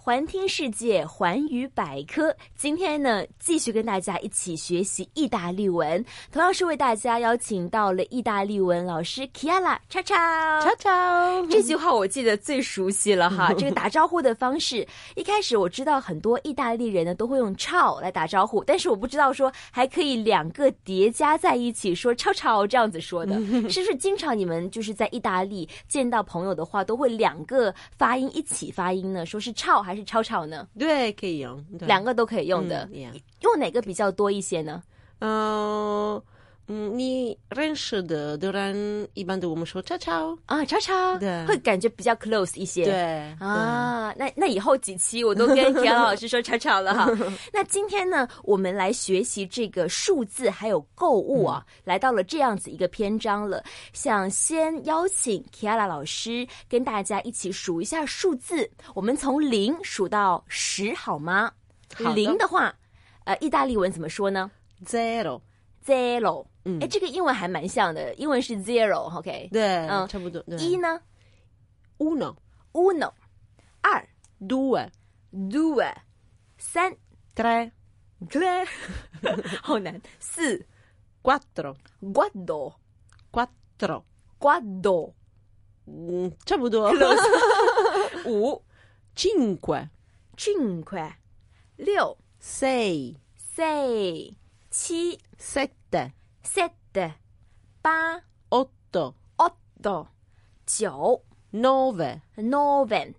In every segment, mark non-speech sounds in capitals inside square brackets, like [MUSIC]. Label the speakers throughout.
Speaker 1: 环听世界，环宇百科。今天呢，继续跟大家一起学习意大利文，同样是为大家邀请到了意大利文老师 Kiara 叉叉
Speaker 2: ciao ciao
Speaker 1: [LAUGHS] 这句话我记得最熟悉了 [LAUGHS] 哈，这个打招呼的方式，一开始我知道很多意大利人呢都会用 ciao 来打招呼，但是我不知道说还可以两个叠加在一起说 ciao ciao 这样子说的， [LAUGHS] 是不是经常你们就是在意大利见到朋友的话，都会两个发音一起发音呢？说是 ciao 还是 ciao ciao 呢？
Speaker 2: 对，可以用对
Speaker 1: 两个都可以用的，
Speaker 2: 嗯，yeah
Speaker 1: 嗯
Speaker 2: Mm,
Speaker 1: 用哪个比较多一些呢？
Speaker 2: 呃嗯，你认识的，当然一般的我们说 ciao ciao，
Speaker 1: 啊，ciao ciao，
Speaker 2: 对
Speaker 1: 会感觉比较 close 一些，
Speaker 2: 对。Ah,
Speaker 1: 啊，那那以后几期我都跟田老师说吵吵了
Speaker 2: [LAUGHS]
Speaker 1: 哈。那今天呢，我们来学习这个数字还有购物啊，
Speaker 2: 嗯
Speaker 1: 来到了这样子一个篇章了。想先邀请 Kiara 老师跟大家一起数一下数字，我们从零数到十好吗？
Speaker 2: 好的
Speaker 1: 零的话，呃，意大利文怎么说呢
Speaker 2: zero，
Speaker 1: ？Zero。
Speaker 2: 嗯
Speaker 1: 哎，这个英文还蛮像的，英文是 zero，OK、
Speaker 2: 对，
Speaker 1: 嗯
Speaker 2: 差不多。对
Speaker 1: 一呢
Speaker 2: uno
Speaker 1: ，uno。二
Speaker 2: due
Speaker 1: ，due。三
Speaker 2: tre
Speaker 1: tre，好 [LAUGHS] 难。四
Speaker 2: quattro
Speaker 1: guardo
Speaker 2: quattro，Mm,
Speaker 1: guardo
Speaker 2: 嗯，差不 [LAUGHS] 多。
Speaker 1: 五
Speaker 2: cinque
Speaker 1: cinque 六
Speaker 2: sei
Speaker 1: sei 七
Speaker 2: sette
Speaker 1: sette 八
Speaker 2: otto
Speaker 1: otto 九
Speaker 2: nove
Speaker 1: nove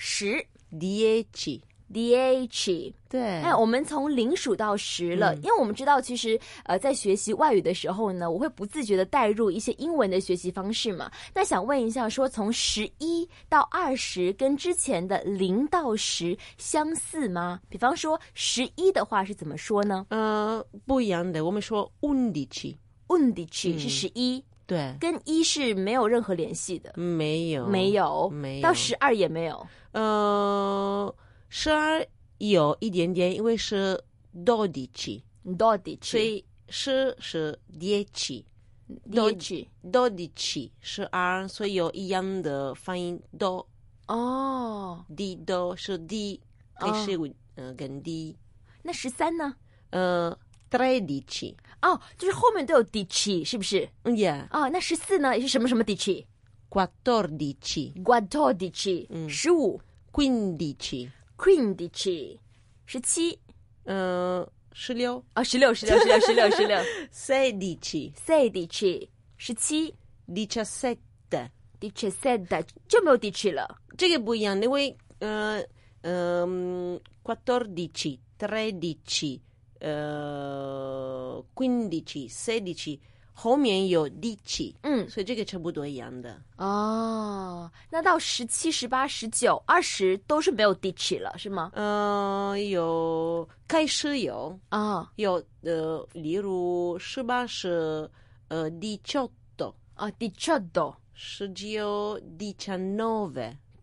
Speaker 1: 十
Speaker 2: dieci，
Speaker 1: dieci。
Speaker 2: 对，
Speaker 1: 哎，我们从零数到十了，
Speaker 2: 嗯
Speaker 1: 因为我们知道，其实呃，在学习外语的时候呢，我会不自觉的带入一些英文的学习方式嘛。那想问一下，说从十一到二十，跟之前的零到十相似吗？比方说十一的话是怎么说呢
Speaker 2: 呃，不一样的，我们说 undici，
Speaker 1: ？undici 是十一，
Speaker 2: 对，
Speaker 1: 跟一是没有任何联系的，
Speaker 2: 没有，
Speaker 1: 没有，
Speaker 2: 嗯没有
Speaker 1: 到十二也没有。
Speaker 2: 呃，十二有一点点，因为是 dodici，所
Speaker 1: dodici
Speaker 2: 以十是 dieci，dodici
Speaker 1: dieci
Speaker 2: 十二，所以有一样的发音 do
Speaker 1: 哦，
Speaker 2: d do 是 d，
Speaker 1: 哦
Speaker 2: 还是有呃跟 d，
Speaker 1: 那十三呢？
Speaker 2: 呃 tredici，
Speaker 1: 哦，就是后面都有 dici 是不是？
Speaker 2: 嗯呀
Speaker 1: 啊，那十四呢也是什么什么 dici
Speaker 2: quattordici，
Speaker 1: ？Guado dici，十五
Speaker 2: quindici，
Speaker 1: ，Queen dici，十七
Speaker 2: 呃十六
Speaker 1: 啊，十六，十六，十六，十六，十六 [LAUGHS]
Speaker 2: sedici，
Speaker 1: ，Sei dici，十七
Speaker 2: diciassette。
Speaker 1: ，dici sed 就没有 dici 了。
Speaker 2: 这个不一样，因为呃嗯，quattordici、tredici、呃，quindici、sedici 后面有 dici，
Speaker 1: 嗯，
Speaker 2: 所以这个差不多一样的。
Speaker 1: 哦，那到十七、十八、十九、二十都是没有 dici 了，是吗？
Speaker 2: 嗯、有开始有
Speaker 1: 啊
Speaker 2: 有呃，例如十八是呃 diciotto，
Speaker 1: 啊，diciotto。
Speaker 2: 十九 diciannove，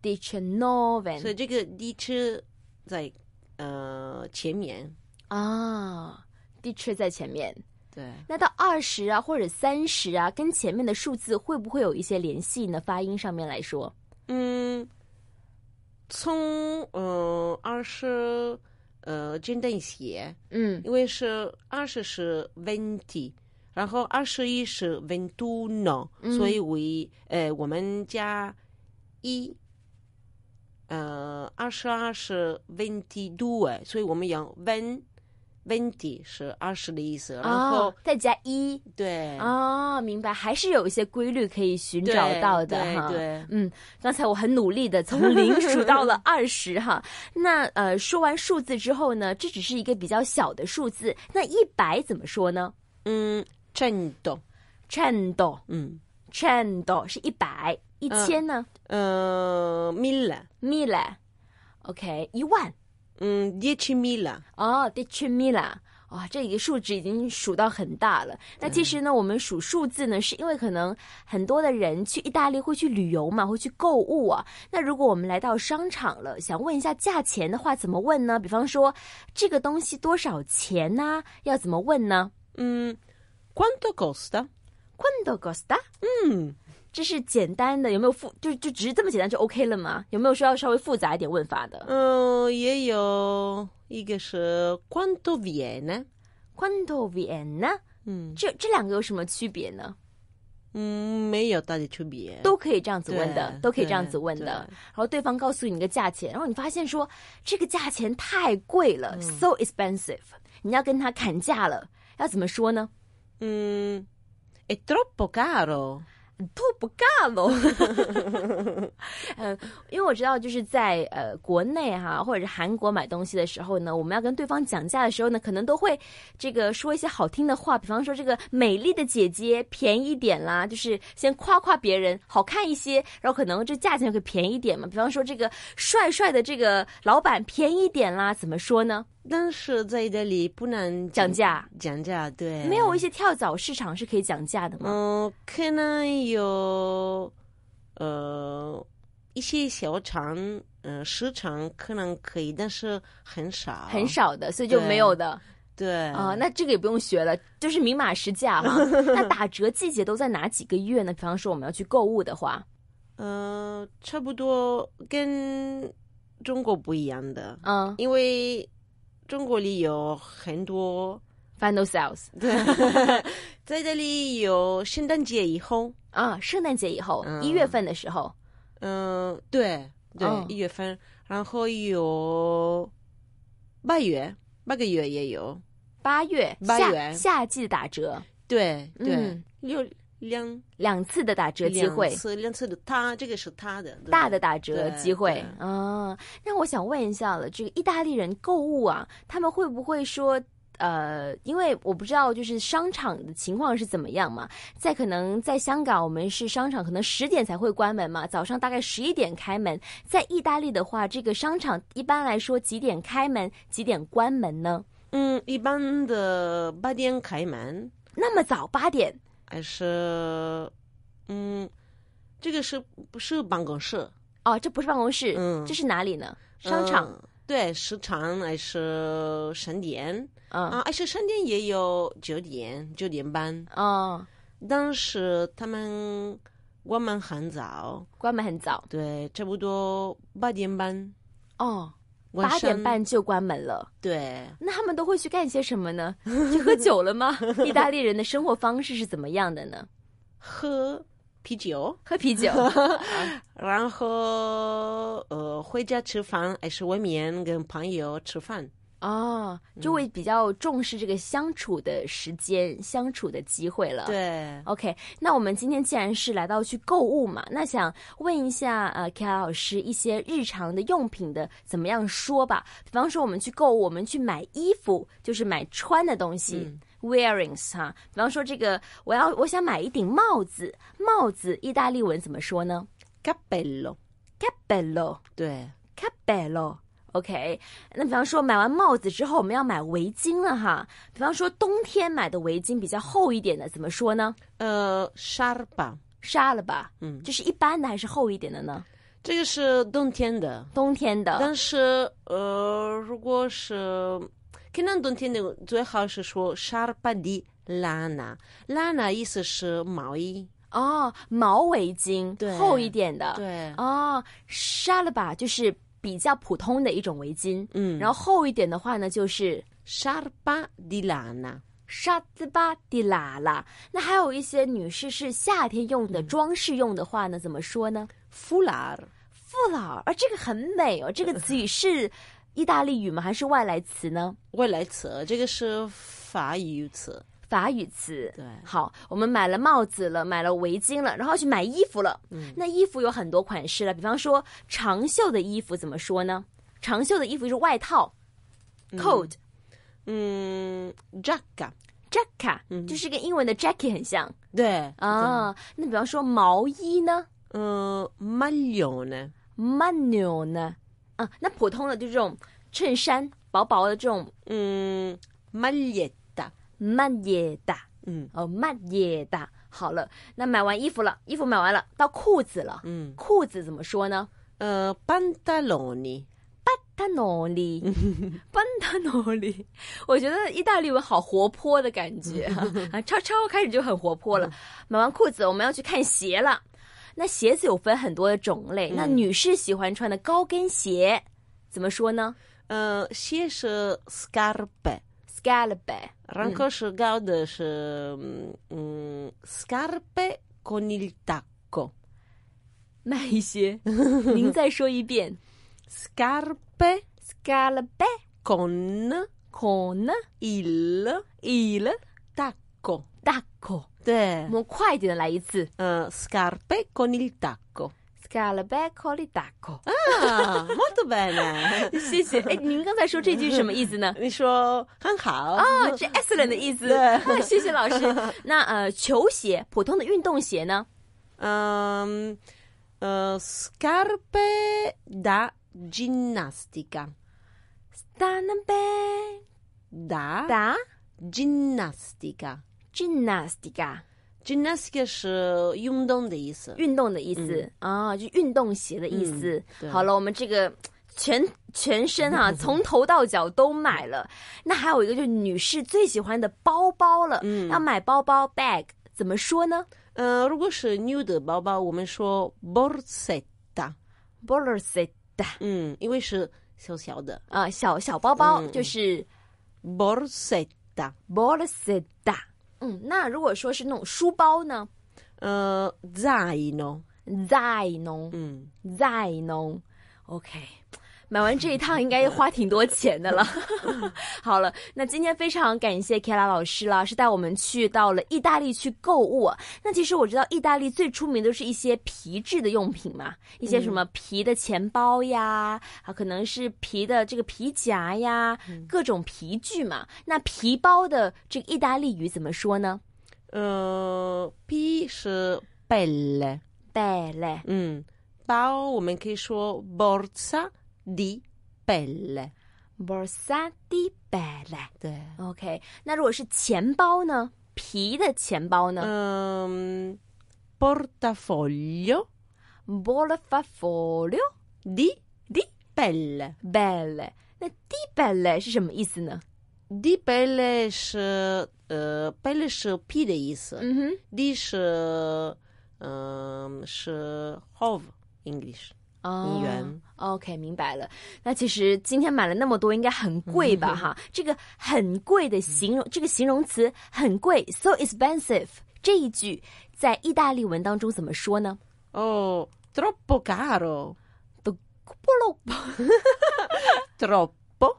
Speaker 2: 所
Speaker 1: Diciannove
Speaker 2: 以这个 dici 在呃前面，
Speaker 1: 啊，dici 在前面，
Speaker 2: 对。
Speaker 1: 那到二十啊或者三十啊，跟前面的数字会不会有一些联系呢？发音上面来说，
Speaker 2: 嗯，从嗯二十呃简单一些，
Speaker 1: 嗯，
Speaker 2: 因为是二十是 venti，然后二十一是 ventuno，、所
Speaker 1: 嗯
Speaker 2: 以为呃我们加一。呃，二十二是 venti due，所以我们用 ven venti 是二十的意思，然后、
Speaker 1: 哦再加一
Speaker 2: 对
Speaker 1: 哦，明白，还是有一些规律可以寻
Speaker 2: 对
Speaker 1: 找到的
Speaker 2: 对
Speaker 1: 哈。
Speaker 2: 对
Speaker 1: 嗯，刚才我很努力的从零数到
Speaker 2: [LAUGHS]
Speaker 1: 了二十哈。那呃，说完数字之后呢，这只是一个比较小的数字。那一百怎么说呢
Speaker 2: 嗯，cento，
Speaker 1: ？cento
Speaker 2: 嗯
Speaker 1: cento 是一百，一千呢
Speaker 2: 呃 mille，
Speaker 1: ？mille，OK，一万
Speaker 2: 嗯，diecimila，
Speaker 1: 哦 d i c i m i l a 啊、这一个数值已经数到很大了。那其实呢，
Speaker 2: 嗯
Speaker 1: 我们数数字呢，是因为可能很多的人去意大利会去旅游嘛，会去购物啊。那如果我们来到商场了，想问一下价钱的话，怎么问呢？比方说这个东西多少钱呢、要怎么问呢
Speaker 2: Mm, 嗯，quanto costa？
Speaker 1: ？Quando costa？
Speaker 2: 嗯，
Speaker 1: 这是简单的，有没有复就就只是这么简单就 OK 了吗？有没有说要稍微复杂一点问法的
Speaker 2: 嗯，也有一个是 quanto viene，
Speaker 1: ？Quanto viene？
Speaker 2: 嗯
Speaker 1: 这这两个有什么区别呢？
Speaker 2: 嗯，没有大的区别，
Speaker 1: 都可以这样子问的
Speaker 2: 对，
Speaker 1: 都可以这
Speaker 2: 对
Speaker 1: 样子问的。
Speaker 2: 对
Speaker 1: 然后对方告诉你一个价钱，然后你发现说这个价钱太贵
Speaker 2: 嗯
Speaker 1: 了、s o expensive，你要跟他砍价了，要怎么说呢？
Speaker 2: 嗯，è troppo caro，
Speaker 1: 都不干喽。 [LAUGHS] 呃，因为我知道，就是在呃国内哈、或者是韩国买东西的时候呢，我们要跟对方讲价的时候呢，可能都会这个说一些好听的话，比方说这个美丽的姐姐便宜一点啦，就是先夸夸别人好看一些，然后可能这价钱会便宜一点嘛。比方说这个帅帅的这个老板便宜一点啦，怎么说呢？
Speaker 2: 但是在意大利不能
Speaker 1: 讲价，
Speaker 2: 讲价，对，
Speaker 1: 没有一些跳蚤市场是可以讲价的吗？
Speaker 2: 嗯，可能有呃一些小厂，呃，市场可能可以，但是很少，
Speaker 1: 很，少的，所以就
Speaker 2: 对
Speaker 1: 没有的。
Speaker 2: 对
Speaker 1: 啊、那这个也不用学了，就是明码实价
Speaker 2: [LAUGHS]
Speaker 1: 哈。那打折季节都在哪几个月呢？比方说我们要去购物的话，
Speaker 2: 呃，差不多跟中国不一样的，
Speaker 1: 嗯
Speaker 2: 因为中国里有很多， [LAUGHS]
Speaker 1: ，final sales
Speaker 2: 对，在这里有圣诞节以后，
Speaker 1: 啊，圣诞节以后
Speaker 2: 嗯
Speaker 1: 一、月份的时候，
Speaker 2: 嗯、对对，一、
Speaker 1: 哦
Speaker 2: 月份，然后有八月，八个月也有，
Speaker 1: 八月
Speaker 2: 八
Speaker 1: 夏
Speaker 2: 月
Speaker 1: 夏季的打折，
Speaker 2: 对对
Speaker 1: 嗯，
Speaker 2: 有两
Speaker 1: 两次的打折机
Speaker 2: 两
Speaker 1: 会，
Speaker 2: 次两次的，他这个是他的对
Speaker 1: 大的打折
Speaker 2: 对
Speaker 1: 机会
Speaker 2: 对
Speaker 1: 啊。那我想问一下了，这个意大利人购物啊，他们会不会说？呃，因为我不知道就是商场的情况是怎么样嘛，在可能在香港，我们是商场可能十点才会关门嘛，早上大概十一点开门。在意大利的话，这个商场一般来说几点开门，几点关门呢？
Speaker 2: 嗯，一般的八点开门。
Speaker 1: 那么早八点
Speaker 2: 还是嗯，这个是不是办公室？
Speaker 1: 哦，这不是办公室，
Speaker 2: 嗯
Speaker 1: 这是哪里呢？商场，
Speaker 2: 嗯对，时长还是三点
Speaker 1: 嗯
Speaker 2: 啊，还是三点也有九点九点半，
Speaker 1: 哦，
Speaker 2: 但是他们我们很早，
Speaker 1: 关门很早
Speaker 2: 对，差不多八点半，
Speaker 1: 哦，
Speaker 2: 晚
Speaker 1: 八点
Speaker 2: 上，
Speaker 1: 半就关门了。
Speaker 2: 对，
Speaker 1: 那他们都会去干些什么呢？去喝酒了 [LAUGHS] 吗？意大利人的生活方式是怎么样的呢？
Speaker 2: 喝啤酒，
Speaker 1: 喝啤 [LAUGHS] 酒，
Speaker 2: 然后呃回家吃饭，还是外面跟朋友吃饭，
Speaker 1: 哦，就会比较重视这个相处的时间、相处的机会了。。
Speaker 2: 对，
Speaker 1: OK，那我们今天既然是来到去购物嘛，那想问一下呃，K 老师一些日常的用品的怎么样说吧？比方说我们去购物，我们去买衣服，就是买穿的东西。wearings 哈，比方说这个，我要我想买一顶帽子，帽子意大利文怎么说呢
Speaker 2: cappello，
Speaker 1: ？cappello
Speaker 2: 对。
Speaker 1: cappello。OK，那比方说买完帽子之后，我们要买围巾了哈。比方说冬天买的围巾比较厚一点的，怎么说呢？
Speaker 2: 呃，sharpa，
Speaker 1: 杀了吧，
Speaker 2: 嗯，
Speaker 1: 这是一般的还是厚一点的呢？
Speaker 2: 这个是冬天的，
Speaker 1: 冬天的
Speaker 2: 但是呃，如果是可能冬天的最好是说 sharpa di lana，lana 意思是毛衣，
Speaker 1: 哦，毛围巾
Speaker 2: 对
Speaker 1: 厚一点的，
Speaker 2: 对，
Speaker 1: 哦，杀了吧，就是比较普通的一种围巾，
Speaker 2: 嗯，
Speaker 1: 然后厚一点的话呢，就是。
Speaker 2: sharpa di lana，
Speaker 1: 沙兹巴迪拉拉，那还有一些女士是夏天用
Speaker 2: 嗯
Speaker 1: 的、装饰用的话呢，怎么说呢？
Speaker 2: fular，
Speaker 1: 富老，啊，这个很美哦。这
Speaker 2: [LAUGHS]
Speaker 1: 个词语是意大利语吗？还是外来词呢？
Speaker 2: 外来词，这个是法语词，
Speaker 1: 法语词。
Speaker 2: 对，
Speaker 1: 好，我们买了帽子了，买了围巾了，然后去买衣服了。
Speaker 2: 嗯
Speaker 1: 那衣服有很多款式了，比方说长袖的衣服怎么说呢？长袖的衣服就是外套、coat、
Speaker 2: 嗯，jacca，
Speaker 1: jacket，、就是
Speaker 2: 嗯
Speaker 1: 跟英文的 jacket 很像
Speaker 2: 对，
Speaker 1: 啊。那比方说毛衣呢
Speaker 2: 嗯，maglione，
Speaker 1: ，manual 呢？啊，那普通的就这种衬衫，薄薄的这种
Speaker 2: 嗯，maglietta，
Speaker 1: 慢也打
Speaker 2: 嗯
Speaker 1: 哦，慢也打。好了，那买完衣服了，衣服买完了，到裤子了。
Speaker 2: 嗯。
Speaker 1: 裤子怎么说呢？
Speaker 2: 呃，pantaloni，
Speaker 1: 巴诺 [LAUGHS] 里，班达诺里，我觉得意大利文好活泼 [LAUGHS] 嗯的感觉啊！啊超超开始就很活泼了。买完裤子，我们要去看鞋了。那鞋子有分很多的种类，那女士喜欢穿的高跟鞋怎么说呢
Speaker 2: 呃，鞋是 scarpe，
Speaker 1: ？Scalpe，
Speaker 2: 然后是高的是嗯嗯 scarpe con il tacco。
Speaker 1: 慢一 [LAUGHS] 些，您再说一遍
Speaker 2: scarpe
Speaker 1: ，Scalpe
Speaker 2: con
Speaker 1: con
Speaker 2: il
Speaker 1: il
Speaker 2: tacco。
Speaker 1: tacco，
Speaker 2: 对
Speaker 1: 我，们快一点的来一次
Speaker 2: 呃，scarpe con il tacco。
Speaker 1: ，Scalpe con il tacco。
Speaker 2: 啊，molto bene。？
Speaker 1: [LAUGHS] 谢谢。哎，您刚才说这句是什么意思呢
Speaker 2: [LAUGHS] 你说很好啊
Speaker 1: 啊、这 excellent 的意思。
Speaker 2: 对
Speaker 1: 啊 [LAUGHS] 谢谢老师。那呃，球鞋，普通的运动鞋呢？
Speaker 2: Ehm, eh, scarpe da ginnastica.
Speaker 1: Stand by
Speaker 2: Da
Speaker 1: 打
Speaker 2: ginnastica.
Speaker 1: gymnastica，
Speaker 2: Ginnastica 是运动的意思。
Speaker 1: 运动的意思、啊，就运动鞋的意思。
Speaker 2: 嗯对
Speaker 1: 好了，我们这个全全身
Speaker 2: [LAUGHS]
Speaker 1: 啊，从头到脚都买了。那还有一个就是女士最喜欢的包包了。
Speaker 2: 嗯
Speaker 1: 那买包包 bag 怎么说呢
Speaker 2: 呃，如果是女的包包，我们说 borsetta。Mm,
Speaker 1: b o l e r s e t
Speaker 2: 嗯，因为是小小的
Speaker 1: 啊，小小包包、
Speaker 2: 嗯
Speaker 1: 就是
Speaker 2: borsetta。
Speaker 1: b o l e r s e t 嗯，那如果说是那种书包呢
Speaker 2: 呃，zaino。
Speaker 1: ？zaino
Speaker 2: 嗯，
Speaker 1: zaino。OK，买完这一趟应该花挺多钱的了。好了，那今天非常感谢 Kela 老师啦，是带我们去到了意大利去购物啊。那其实我知道意大利最出名的是一些皮质的用品嘛，一些什么皮的钱包呀，啊，可能是皮的这个皮夹呀，各种皮具嘛。那皮包的这个意大利语怎么说呢？
Speaker 2: 呃，p 是 Eh, pelle。Mm,
Speaker 1: 贝勒
Speaker 2: 嗯，包我们可以说 borsa di pelle。
Speaker 1: borsa di pelle。
Speaker 2: 对，
Speaker 1: OK，那如果是钱包呢？皮的钱包呢
Speaker 2: 嗯，portafoglio
Speaker 1: ？Portafoglio
Speaker 2: di
Speaker 1: di
Speaker 2: pelle。
Speaker 1: belle。那 di belle 是什么意思呢？
Speaker 2: di pelle 是呃，pelle 是皮的意思
Speaker 1: 嗯哼，
Speaker 2: ，di uh, 是嗯是 of English。
Speaker 1: 哦
Speaker 2: 一元
Speaker 1: OK，明白了。那其实今天买了那么多，应该很贵吧？哈，这个很贵的形容，这个形容词很贵，so expensive 这一句在意大利文当中怎么说呢？
Speaker 2: 哦，troppo caro。
Speaker 1: 不喽
Speaker 2: troppo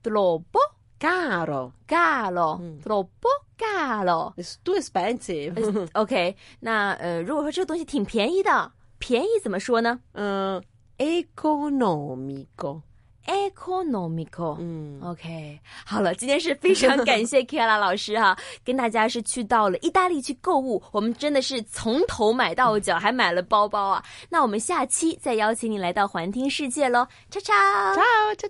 Speaker 1: 不喽不
Speaker 2: caro。
Speaker 1: 嘎喽
Speaker 2: 嗯，
Speaker 1: 不喽不嘎
Speaker 2: [LAUGHS]
Speaker 1: 喽。
Speaker 2: It's too expensive。
Speaker 1: OK，那呃，如果说这个东西挺便宜的，便宜怎么说呢
Speaker 2: 嗯，economico。
Speaker 1: ？economical。
Speaker 2: 嗯。
Speaker 1: OK，好了，今天是非常感谢 Kira 老师哈、 [LAUGHS] 跟大家是去到了意大利去购物，我们真的是从头买到脚，还买了包包啊。那我们下期再邀请你来到环听世界喽，叉叉。
Speaker 2: Ciao, ciao.